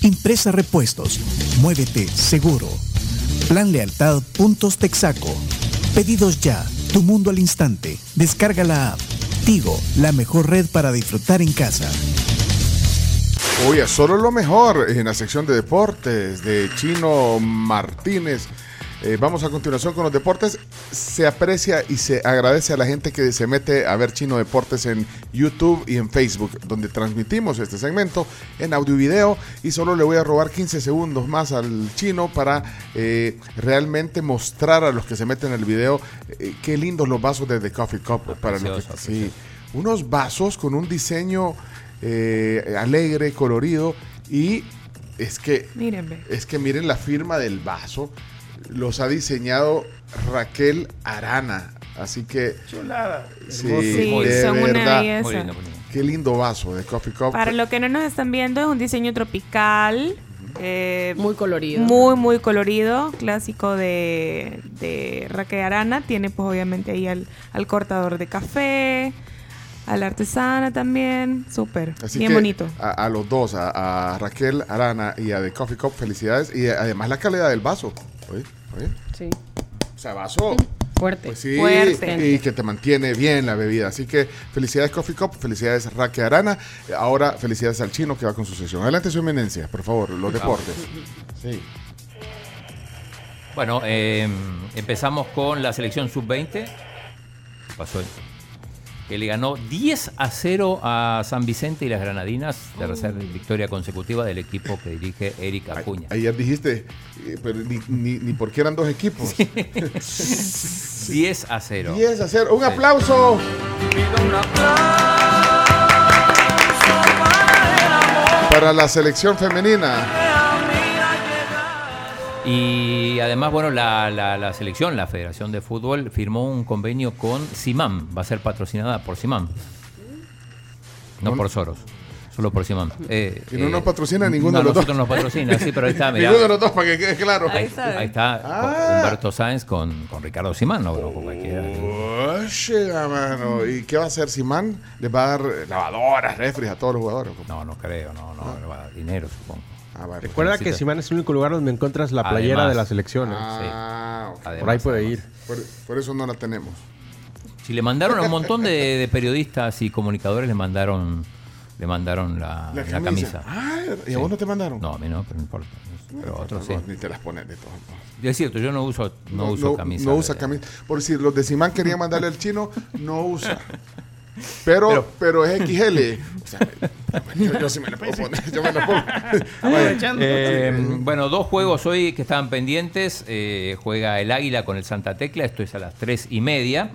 Empresa Repuestos, Muévete Seguro. Plan Lealtad Puntos Texaco. Pedidos ya, tu mundo al instante. Descarga la app. Tigo, la mejor red para disfrutar en casa. Oye, solo lo mejor en la sección de deportes de Chino Martínez. Eh, vamos a continuación con los deportes. Se aprecia y se agradece a la gente que se mete a ver Chino Deportes en YouTube y en Facebook, donde transmitimos este segmento en audio y video. Y solo le voy a robar 15 segundos más al chino para eh, realmente mostrar a los que se meten al video eh, qué lindos los vasos de The Coffee Cup. para los que- sí. unos vasos con un diseño eh, alegre, colorido y es que Miren, ve. es que miren la firma del vaso. Los ha diseñado Raquel Arana. Así que. Chulada. Sí, Sí, de son una verdad. belleza. Muy lindo, muy lindo. Qué lindo vaso de Coffee Cup. Para lo que no nos están viendo, es un diseño tropical. eh, Muy colorido. muy, muy colorido, clásico de, de Raquel Arana. Tiene, pues, obviamente, ahí al, al cortador de café, a la artesana también. Súper. Así Bien que bonito. A, a los dos, a, a Raquel Arana y a The Coffee Cup, felicidades. Y además la calidad del vaso. Oye, oye. Sí. O sea, vaso. Fuerte. Pues sí, Fuerte. y que te mantiene bien la bebida. Así que felicidades Coffee Cup, felicidades Raquel Arana. Ahora felicidades al chino que va con su sesión. Adelante su eminencia, por favor, los deportes. Sí. Bueno, eh, empezamos con la selección sub-20. Pasó esto. Que le ganó 10 a 0 a San Vicente y las Granadinas. Oh. Tercera victoria consecutiva del equipo que dirige Eric Acuña. Ayer dijiste, eh, pero ni, ni, ni porque eran dos equipos. 10 a 0. 10 a 0. Un aplauso. Para la selección femenina. Y además, bueno, la, la- la selección, la Federación de Fútbol, firmó un convenio con Simam. Va a ser patrocinada por Simam. No por Soros. Solo por Simam. Eh, Y no eh, nos patrocina ninguno de los dos. nosotros nos patrocina, sí, pero ahí está, mirá. Ninguno de los dos, para que quede claro. Ahí, ahí está eh. Ah. Humberto Sáenz con, con Ricardo Simán, no Con cualquiera. Oye, la mano. ¿Y qué va a hacer Simán? Les va a dar eh, lavadoras, refres a todos los jugadores. No, no creo, no, no, no va a dar dinero, supongo. Ah, vale. Recuerda que Simán es el único lugar donde encuentras la playera Además. de la selección. ¿eh? Ah, ok. Además, Por ahí puede además. ir. Por, por eso no la tenemos. Si le mandaron a un montón de, de periodistas y comunicadores, le mandaron, le mandaron la, la camisa. Ah, ¿y Sí. a vos no te mandaron? No, a mí no, pero no importa. Pero a otros sí. Vos Ni te las pones de todos modos. Es cierto, yo no uso, no, uso camisa. No de- usa camisa. Por si los de Simán querían mandarle al chino, no usa. Pero, pero, es XL. O sea, yo, yo sí me la puedo poner. Yo me la pongo. Vaya. Eh, bueno, dos juegos hoy que estaban pendientes. Eh, juega el Águila con el Santa Tecla, esto es a las 3 y media.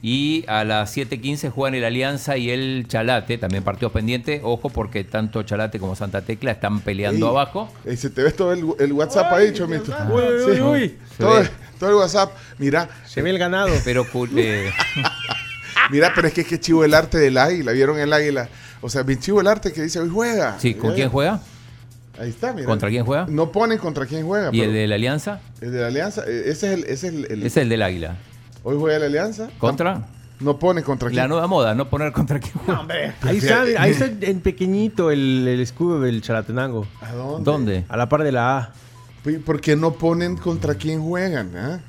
Y a las 7.15 juegan el Alianza y el Chalate, también partidos pendientes. Ojo, porque tanto Chalate como Santa Tecla están peleando Ey, abajo. ey, se te ve todo el, el WhatsApp ahí, Chomito. Sí. uy, uy. Todo, Se ve. todo el WhatsApp. Mira, Se ve el ganado. Pero cu- eh, mira, pero es que es que chivo el arte del águila. ¿Vieron el águila? O sea, bien chivo el arte que dice hoy juega. sí, ¿con Eh, quién juega? Ahí está, mira. ¿Contra quién juega? No ponen contra quién juega. ¿Y Ah, pero el de la Alianza? el de la alianza. eh, Ese es el. Ese es el, el- Es el del Águila. Hoy juega la alianza. ¿Contra? No pone contra quién. La nueva moda, no poner contra quién juega. Ahí está, ahí está en pequeñito el, el escudo del Chalatenango. ¿A dónde? ¿Dónde? A la par de la A. Oye, ¿Por qué no ponen contra quién juegan? ah?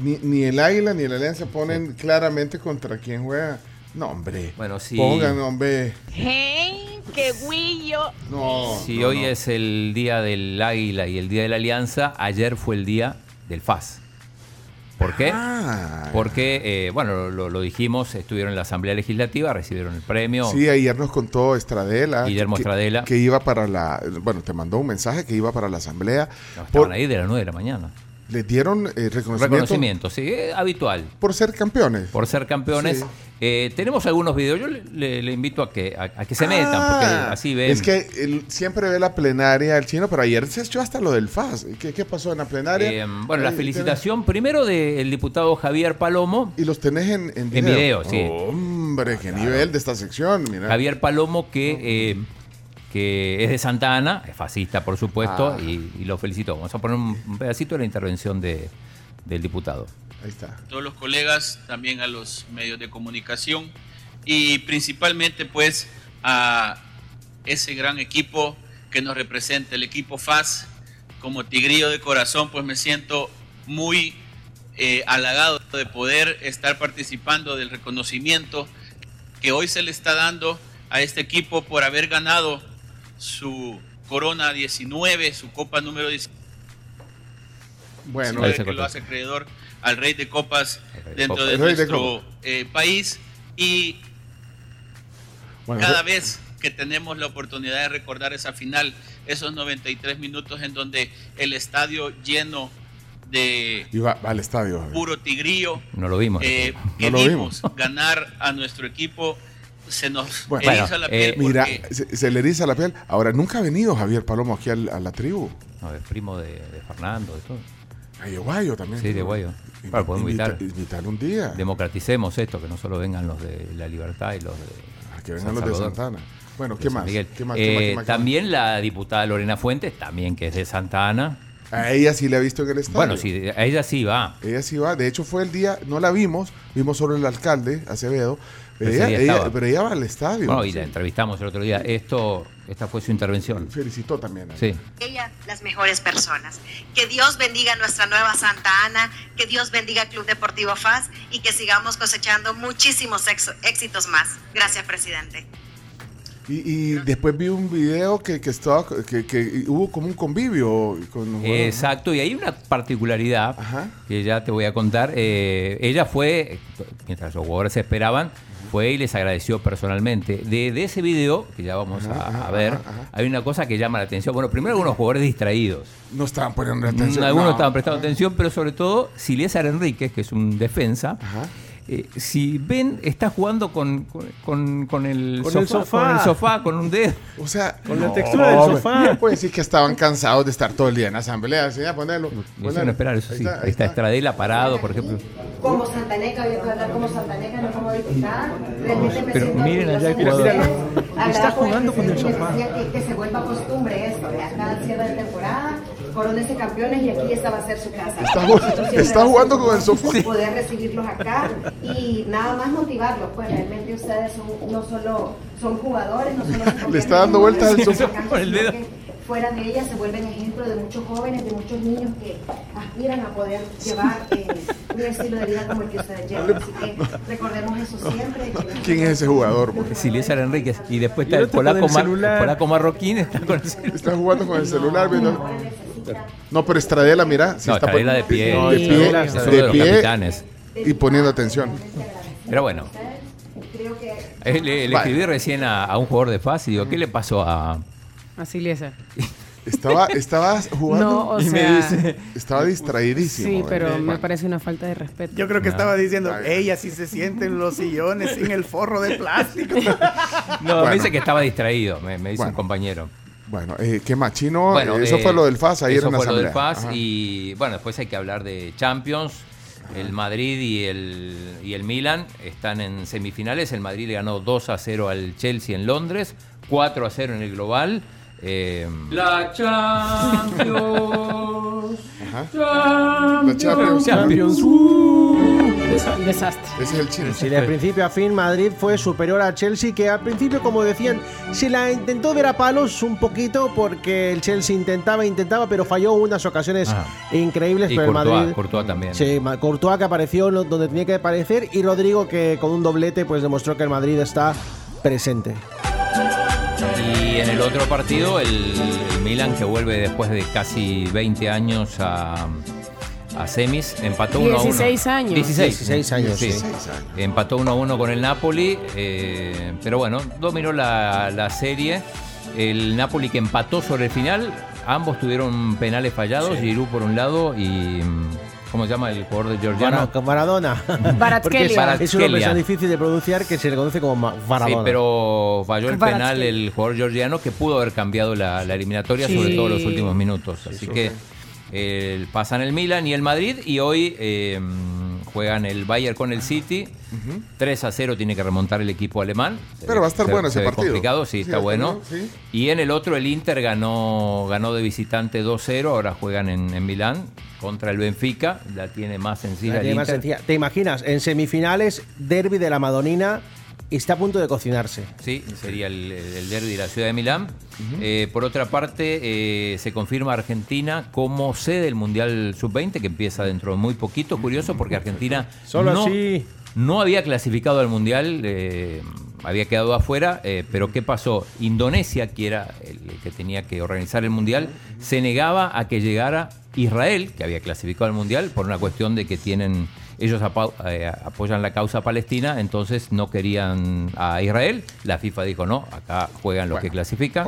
Ni, ni el Águila ni la Alianza ponen claramente contra quién juega. No, hombre. Bueno, sí. Pongan, hombre. Hey, qué guillo. No. Si no, hoy no. es el día del águila y el día de la alianza, ayer fue el día del FAS. ¿Por qué? Ah. Porque, eh, bueno, lo, lo dijimos, estuvieron en la Asamblea Legislativa, recibieron el premio. Sí, ayer nos contó Estradela. Guillermo que, Estradela. Que iba para la. Bueno, te mandó un mensaje que iba para la Asamblea. No, estaban por- ahí de las 9 de la mañana. les dieron eh, reconocimiento, Reconocimiento, sí, eh, habitual. por ser campeones. Por ser campeones. Sí. Eh, tenemos algunos videos. Yo le, le- le invito a que, a, a que se metan, porque Ah, así ven. Es que él siempre ve la plenaria del chino, pero ayer se echó hasta lo del FAS. ¿Qué, qué pasó en la plenaria? Eh, bueno, la Ahí felicitación primero del diputado Javier Palomo. tenés- Y los tenés en, en En video. video, sí. Hombre, qué nivel de esta sección. Mira. Javier Palomo, Ah. que, eh, que es de Santa Ana, es fascista, por supuesto, Ah. y, y lo felicito. Vamos a poner un un pedacito de la intervención de- del diputado. Ahí está. todos los colegas, también a los medios de comunicación y principalmente pues a ese gran equipo que nos representa, el equipo FAS. Como tigrillo de corazón pues me siento muy eh, halagado de poder estar participando del reconocimiento que hoy se le está dando a este equipo por haber ganado su Corona 19, su Copa número 19 Bueno, sino Ahí se que lo cortó. hace acreedor al rey de copas Al rey de dentro copas. de El rey de nuestro eh, país y bueno, cada vez que tenemos la oportunidad de recordar esa final, esos 93 minutos en donde el estadio lleno de y va, va al estadio. Javier. puro tigrillo, No lo vimos. eh, No lo queríamos ganar a nuestro equipo, se nos Bueno, eriza la piel eh, Mira, porque- se, se le eriza la piel. Ahora, nunca ha venido Javier Palomo aquí al- a la tribu. No, el primo de, de Fernando, de todo. A Guayo también. Sí, de Guayo. Claro, podemos Invita- invitar. invitarlo un día. Democraticemos esto, que no solo vengan los de la libertad y los de Ah, que vengan San los de Salvador. Santana. Bueno, de ¿qué San más? Miguel. ¿Qué más? Eh, ¿Qué más? ¿Qué más? ¿Qué También la diputada Lorena Fuentes, también que es de Santa Ana. más? A ella sí la ha visto en el estadio. Bueno, sí, a ella sí va. Ella sí va, de hecho fue el día, no la vimos, vimos solo el alcalde, Acevedo, pero, Ese ella, día ella- estaba. pero ella va al estadio. Bueno, y la Sí. entrevistamos el otro día. Esto, esta fue su intervención. Felicitó también. a Sí. ella. ella las mejores personas. Que Dios bendiga nuestra nueva Santa Ana, que Dios bendiga Club Deportivo FAS y que sigamos cosechando muchísimos ex- éxitos más. Gracias, presidente. Y, y después vi un video que, que estaba, que, que hubo como un convivio con los jugadores, ¿no? Exacto, y hay una particularidad Ajá. que ya te voy a contar. Eh, ella fue, mientras los jugadores se esperaban, fue y les agradeció personalmente. De, de ese video, que ya vamos a- Ajá, a, ajá, ver, ajá, ajá. hay una cosa que llama la atención. Bueno, primero algunos jugadores distraídos. No estaban poniendo Mm, atención. Algunos no. estaban prestando atención, pero sobre todo Silésar Enríquez, que es un defensa. Ajá. eh, si ven, está jugando con, con- con- con el, Con sofá, el sofá. con el sofá, con un dedo. O sea, Con la textura del sofá. hombre, Pues sí que estaban cansados de estar todo el día en asamblea, señora, ponelo. Me ponelo. hicieron esperar, eso sí. Ahí está, está. Estradela parado, por ejemplo. Como santaneca, voy a hablar como santaneca, no como diputada. Realmente me Pero siento miren allá el orgullosa de jugador. ustedes. Hablaba Está con jugando con el presidente sofá. y decía Que, que se vuelva costumbre esto, ¿verdad? cada cierre de temporada, coronense campeones y aquí esta va a ser su casa. Está jug- Nosotros siempre está va a ser jugando un con el sofá. gusto Poder recibirlos acá y nada más motivarlos, pues realmente ustedes son, no solo son jugadores, no solo se convierten Le está dando en vueltas al jugadores, sofá. sino que Con el dedo. fuera de ella se vuelven ejemplo de muchos jóvenes, de muchos niños que aspiran a poder llevar eh, un estilo de vida como el que ustedes llevan. Así que recordemos eso siempre. ¿Quién es ese jugador? pues? por favor? Silésar Enríquez. Y después Y está el el otro con el polaco, mar- celular. polaco marroquín. Está con el celular. Está jugando con el celular, viendo. No, pero Estradela, mira. sí No, está Estradela de pie. No, de pie. Estradela es de uno de los pie capitanes. Y poniendo atención. Pero bueno. Creo que Eh, Le, le Vale. escribí recién a, a un jugador de FAS y digo, ¿qué le pasó a...? Así le hace. Estaba, estaba jugando. No, o y sea, me dice... Estaba distraídísimo. eh. sí, pero ¿verdad? me parece una falta de respeto. Yo creo que No. estaba diciendo, ella sí se siente en los sillones sin el forro de plástico. No, Bueno. me dice que estaba distraído, me, me dice Bueno. un compañero. Bueno, eh, qué machino. Bueno, eso eh, fue lo del FAS ayer eso en la fue lo asamblea. del FAS Ajá. y bueno, después hay que hablar de Champions. El Madrid y el, y el Milan están en semifinales. El Madrid le ganó 2 a 0 al Chelsea en Londres, 4 a 0 en el global. Eh, La Champions. Ajá. La Champions. Champions. Desastre. Ese es el chino. Si de principio a fin Madrid fue superior a Chelsea, que al principio, como decían, se la intentó ver a palos un poquito porque el Chelsea intentaba, intentaba, pero falló unas ocasiones Ah. increíbles. Y pero el Courtois, Madrid. Courtois también. Sí, Ma- Courtois que apareció lo- donde tenía que aparecer y Rodrigo que con un doblete pues demostró que el Madrid está presente. Y en el otro partido, el, el Milan, que vuelve después de casi 20 años a, a semis, empató 1 a 1. 16 años. 16, 16 años, 16 años. Empató 1 a 1 con el Napoli, eh, pero bueno, dominó la, la serie. El Napoli que empató sobre el final, ambos tuvieron penales fallados, Giroud por un lado y. mm, ¿Cómo se llama el jugador de Georgiano? Mara- Maradona. Baratskhelia. Porque es- Es una Baratskhelia. persona difícil de pronunciar que se le conoce como Ma- Sí, Maradona. pero falló el Kvaratskhelia. penal el jugador georgiano que pudo haber cambiado la, la eliminatoria, Sí. sobre todo en los últimos minutos. Así Sí, que sí. eh, pasan el Milan y el Madrid y hoy eh, juegan el Bayern con el City. 3 a 0 tiene que remontar el equipo alemán. Se Pero ve- va a estar se- bueno se ese ve partido. complicado, sí, Sí, está va a estar bueno. bueno, sí. Y en el otro el Inter ganó, ganó de visitante 2-0, ahora juegan en, en Milán contra el Benfica, la tiene más sencilla La el tiene más Inter. sencilla. Te imaginas, en semifinales, derby de la Madonina está a punto de cocinarse. Sí, sería el, el derbi de la ciudad de Milán. Eh, por otra parte, eh, se confirma Argentina como sede del Mundial Sub-20, que empieza dentro de muy poquito. Curioso porque Argentina Solo no, así. no había clasificado al Mundial, eh, había quedado afuera, eh, pero ¿qué pasó? Indonesia, que era el que tenía que organizar el Mundial, se negaba a que llegara Israel, que había clasificado al Mundial, por una cuestión de que tienen... Ellos apa- eh, apoyan la causa palestina, entonces no querían a Israel. La FIFA dijo, no, acá juegan los que clasifican.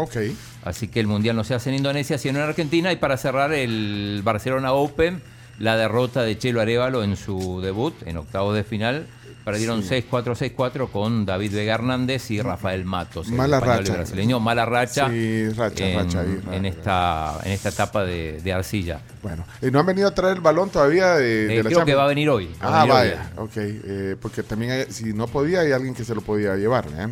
Así que el Mundial no se hace en Indonesia, sino en Argentina. Y para cerrar el Barcelona Open, la derrota de Chelo Arevalo en su debut, en octavos de final. Perdieron 6-4, 6-4 con David Vega Hernández y Rafael Matos. el Mala español y racha. brasileño. Mala racha. Sí, racha, en, racha ahí, en esta, en esta etapa de, de arcilla. Eh, Bueno, ¿Y no han venido a traer el balón todavía de, de la creo que Champions? va a venir hoy. Va a Ah, venir hoy. vaya, ok. eh, porque también hay- si no podía, hay alguien que se lo podía llevar. ¿eh?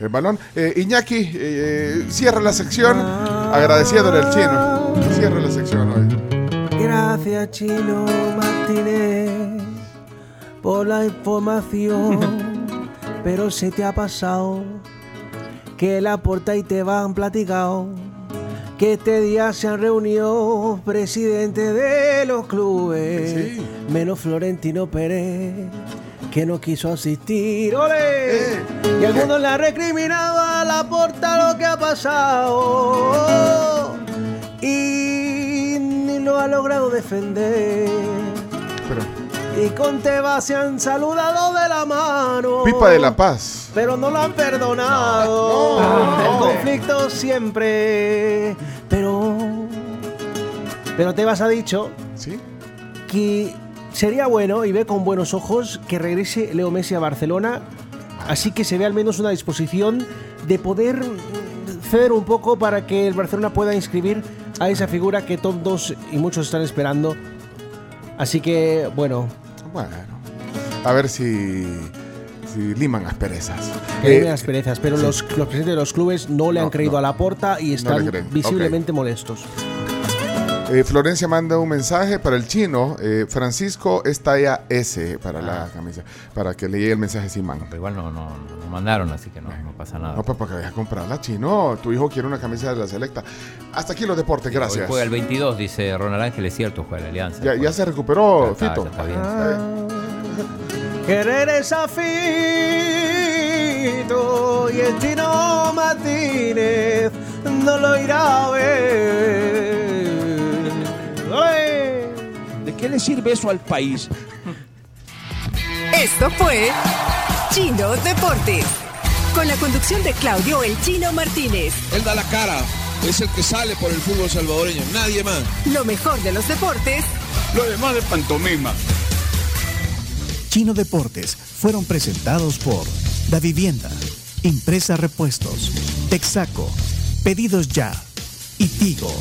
El balón. Eh, Iñaki, eh, eh, cierra la sección agradeciéndole al chino. Cierra la sección hoy. Gracias, Chino Martínez, por la información. pero se te ha pasado que la porta y te van platicado. Que este día se han reunido presidentes de los clubes, menos Florentino Pérez, que no quiso asistir. ¡Ole! Y algunos le han recriminado a la porta lo que ha pasado. Y ni lo ha logrado defender. Y con Teba se han saludado de la mano. Pipa de la Paz. Pero no lo han perdonado. El conflicto siempre. Pero. Pero Tebas ha dicho. Que sería bueno y ve con buenos ojos que regrese Leo Messi a Barcelona. Así que se ve al menos una disposición de poder ceder un poco para que el Barcelona pueda inscribir a esa figura que todos y muchos están esperando. Así que, bueno, Bueno, a ver si, si liman las perezas. Que hay Eh, unas perezas, pero sí. los, los presidentes de los clubes no le han creído a la porta y están le creen, visiblemente molestos. Eh, Florencia manda un mensaje para el chino. eh, Francisco es talla S para Ah. la camisa, para que le llegue el mensaje sin manga. Pero igual no, no, no mandaron, así que no, no pasa nada. No, pues para que vayas a comprarla, chino. Tu hijo quiere una camisa de la selecta. Hasta aquí los deportes, Hoy gracias. juega el 22, dice Ronald Ángel, es cierto, juega la Alianza. Ya, ya se recuperó, Ya está, Fito. Ah. ya está bien. Querer es afito y el Tino Martínez no lo irá a ver. ¿De qué le sirve eso al país? Esto fue Chino Deportes. Con la conducción de Claudio El Chino Martínez. Él da la cara, es el que sale por el fútbol salvadoreño, nadie más. Lo mejor de los deportes. Lo demás de pantomima. Chino Deportes fueron presentados por Da Vivienda, Impresa Repuestos, Texaco, Pedidos Ya y Tigo.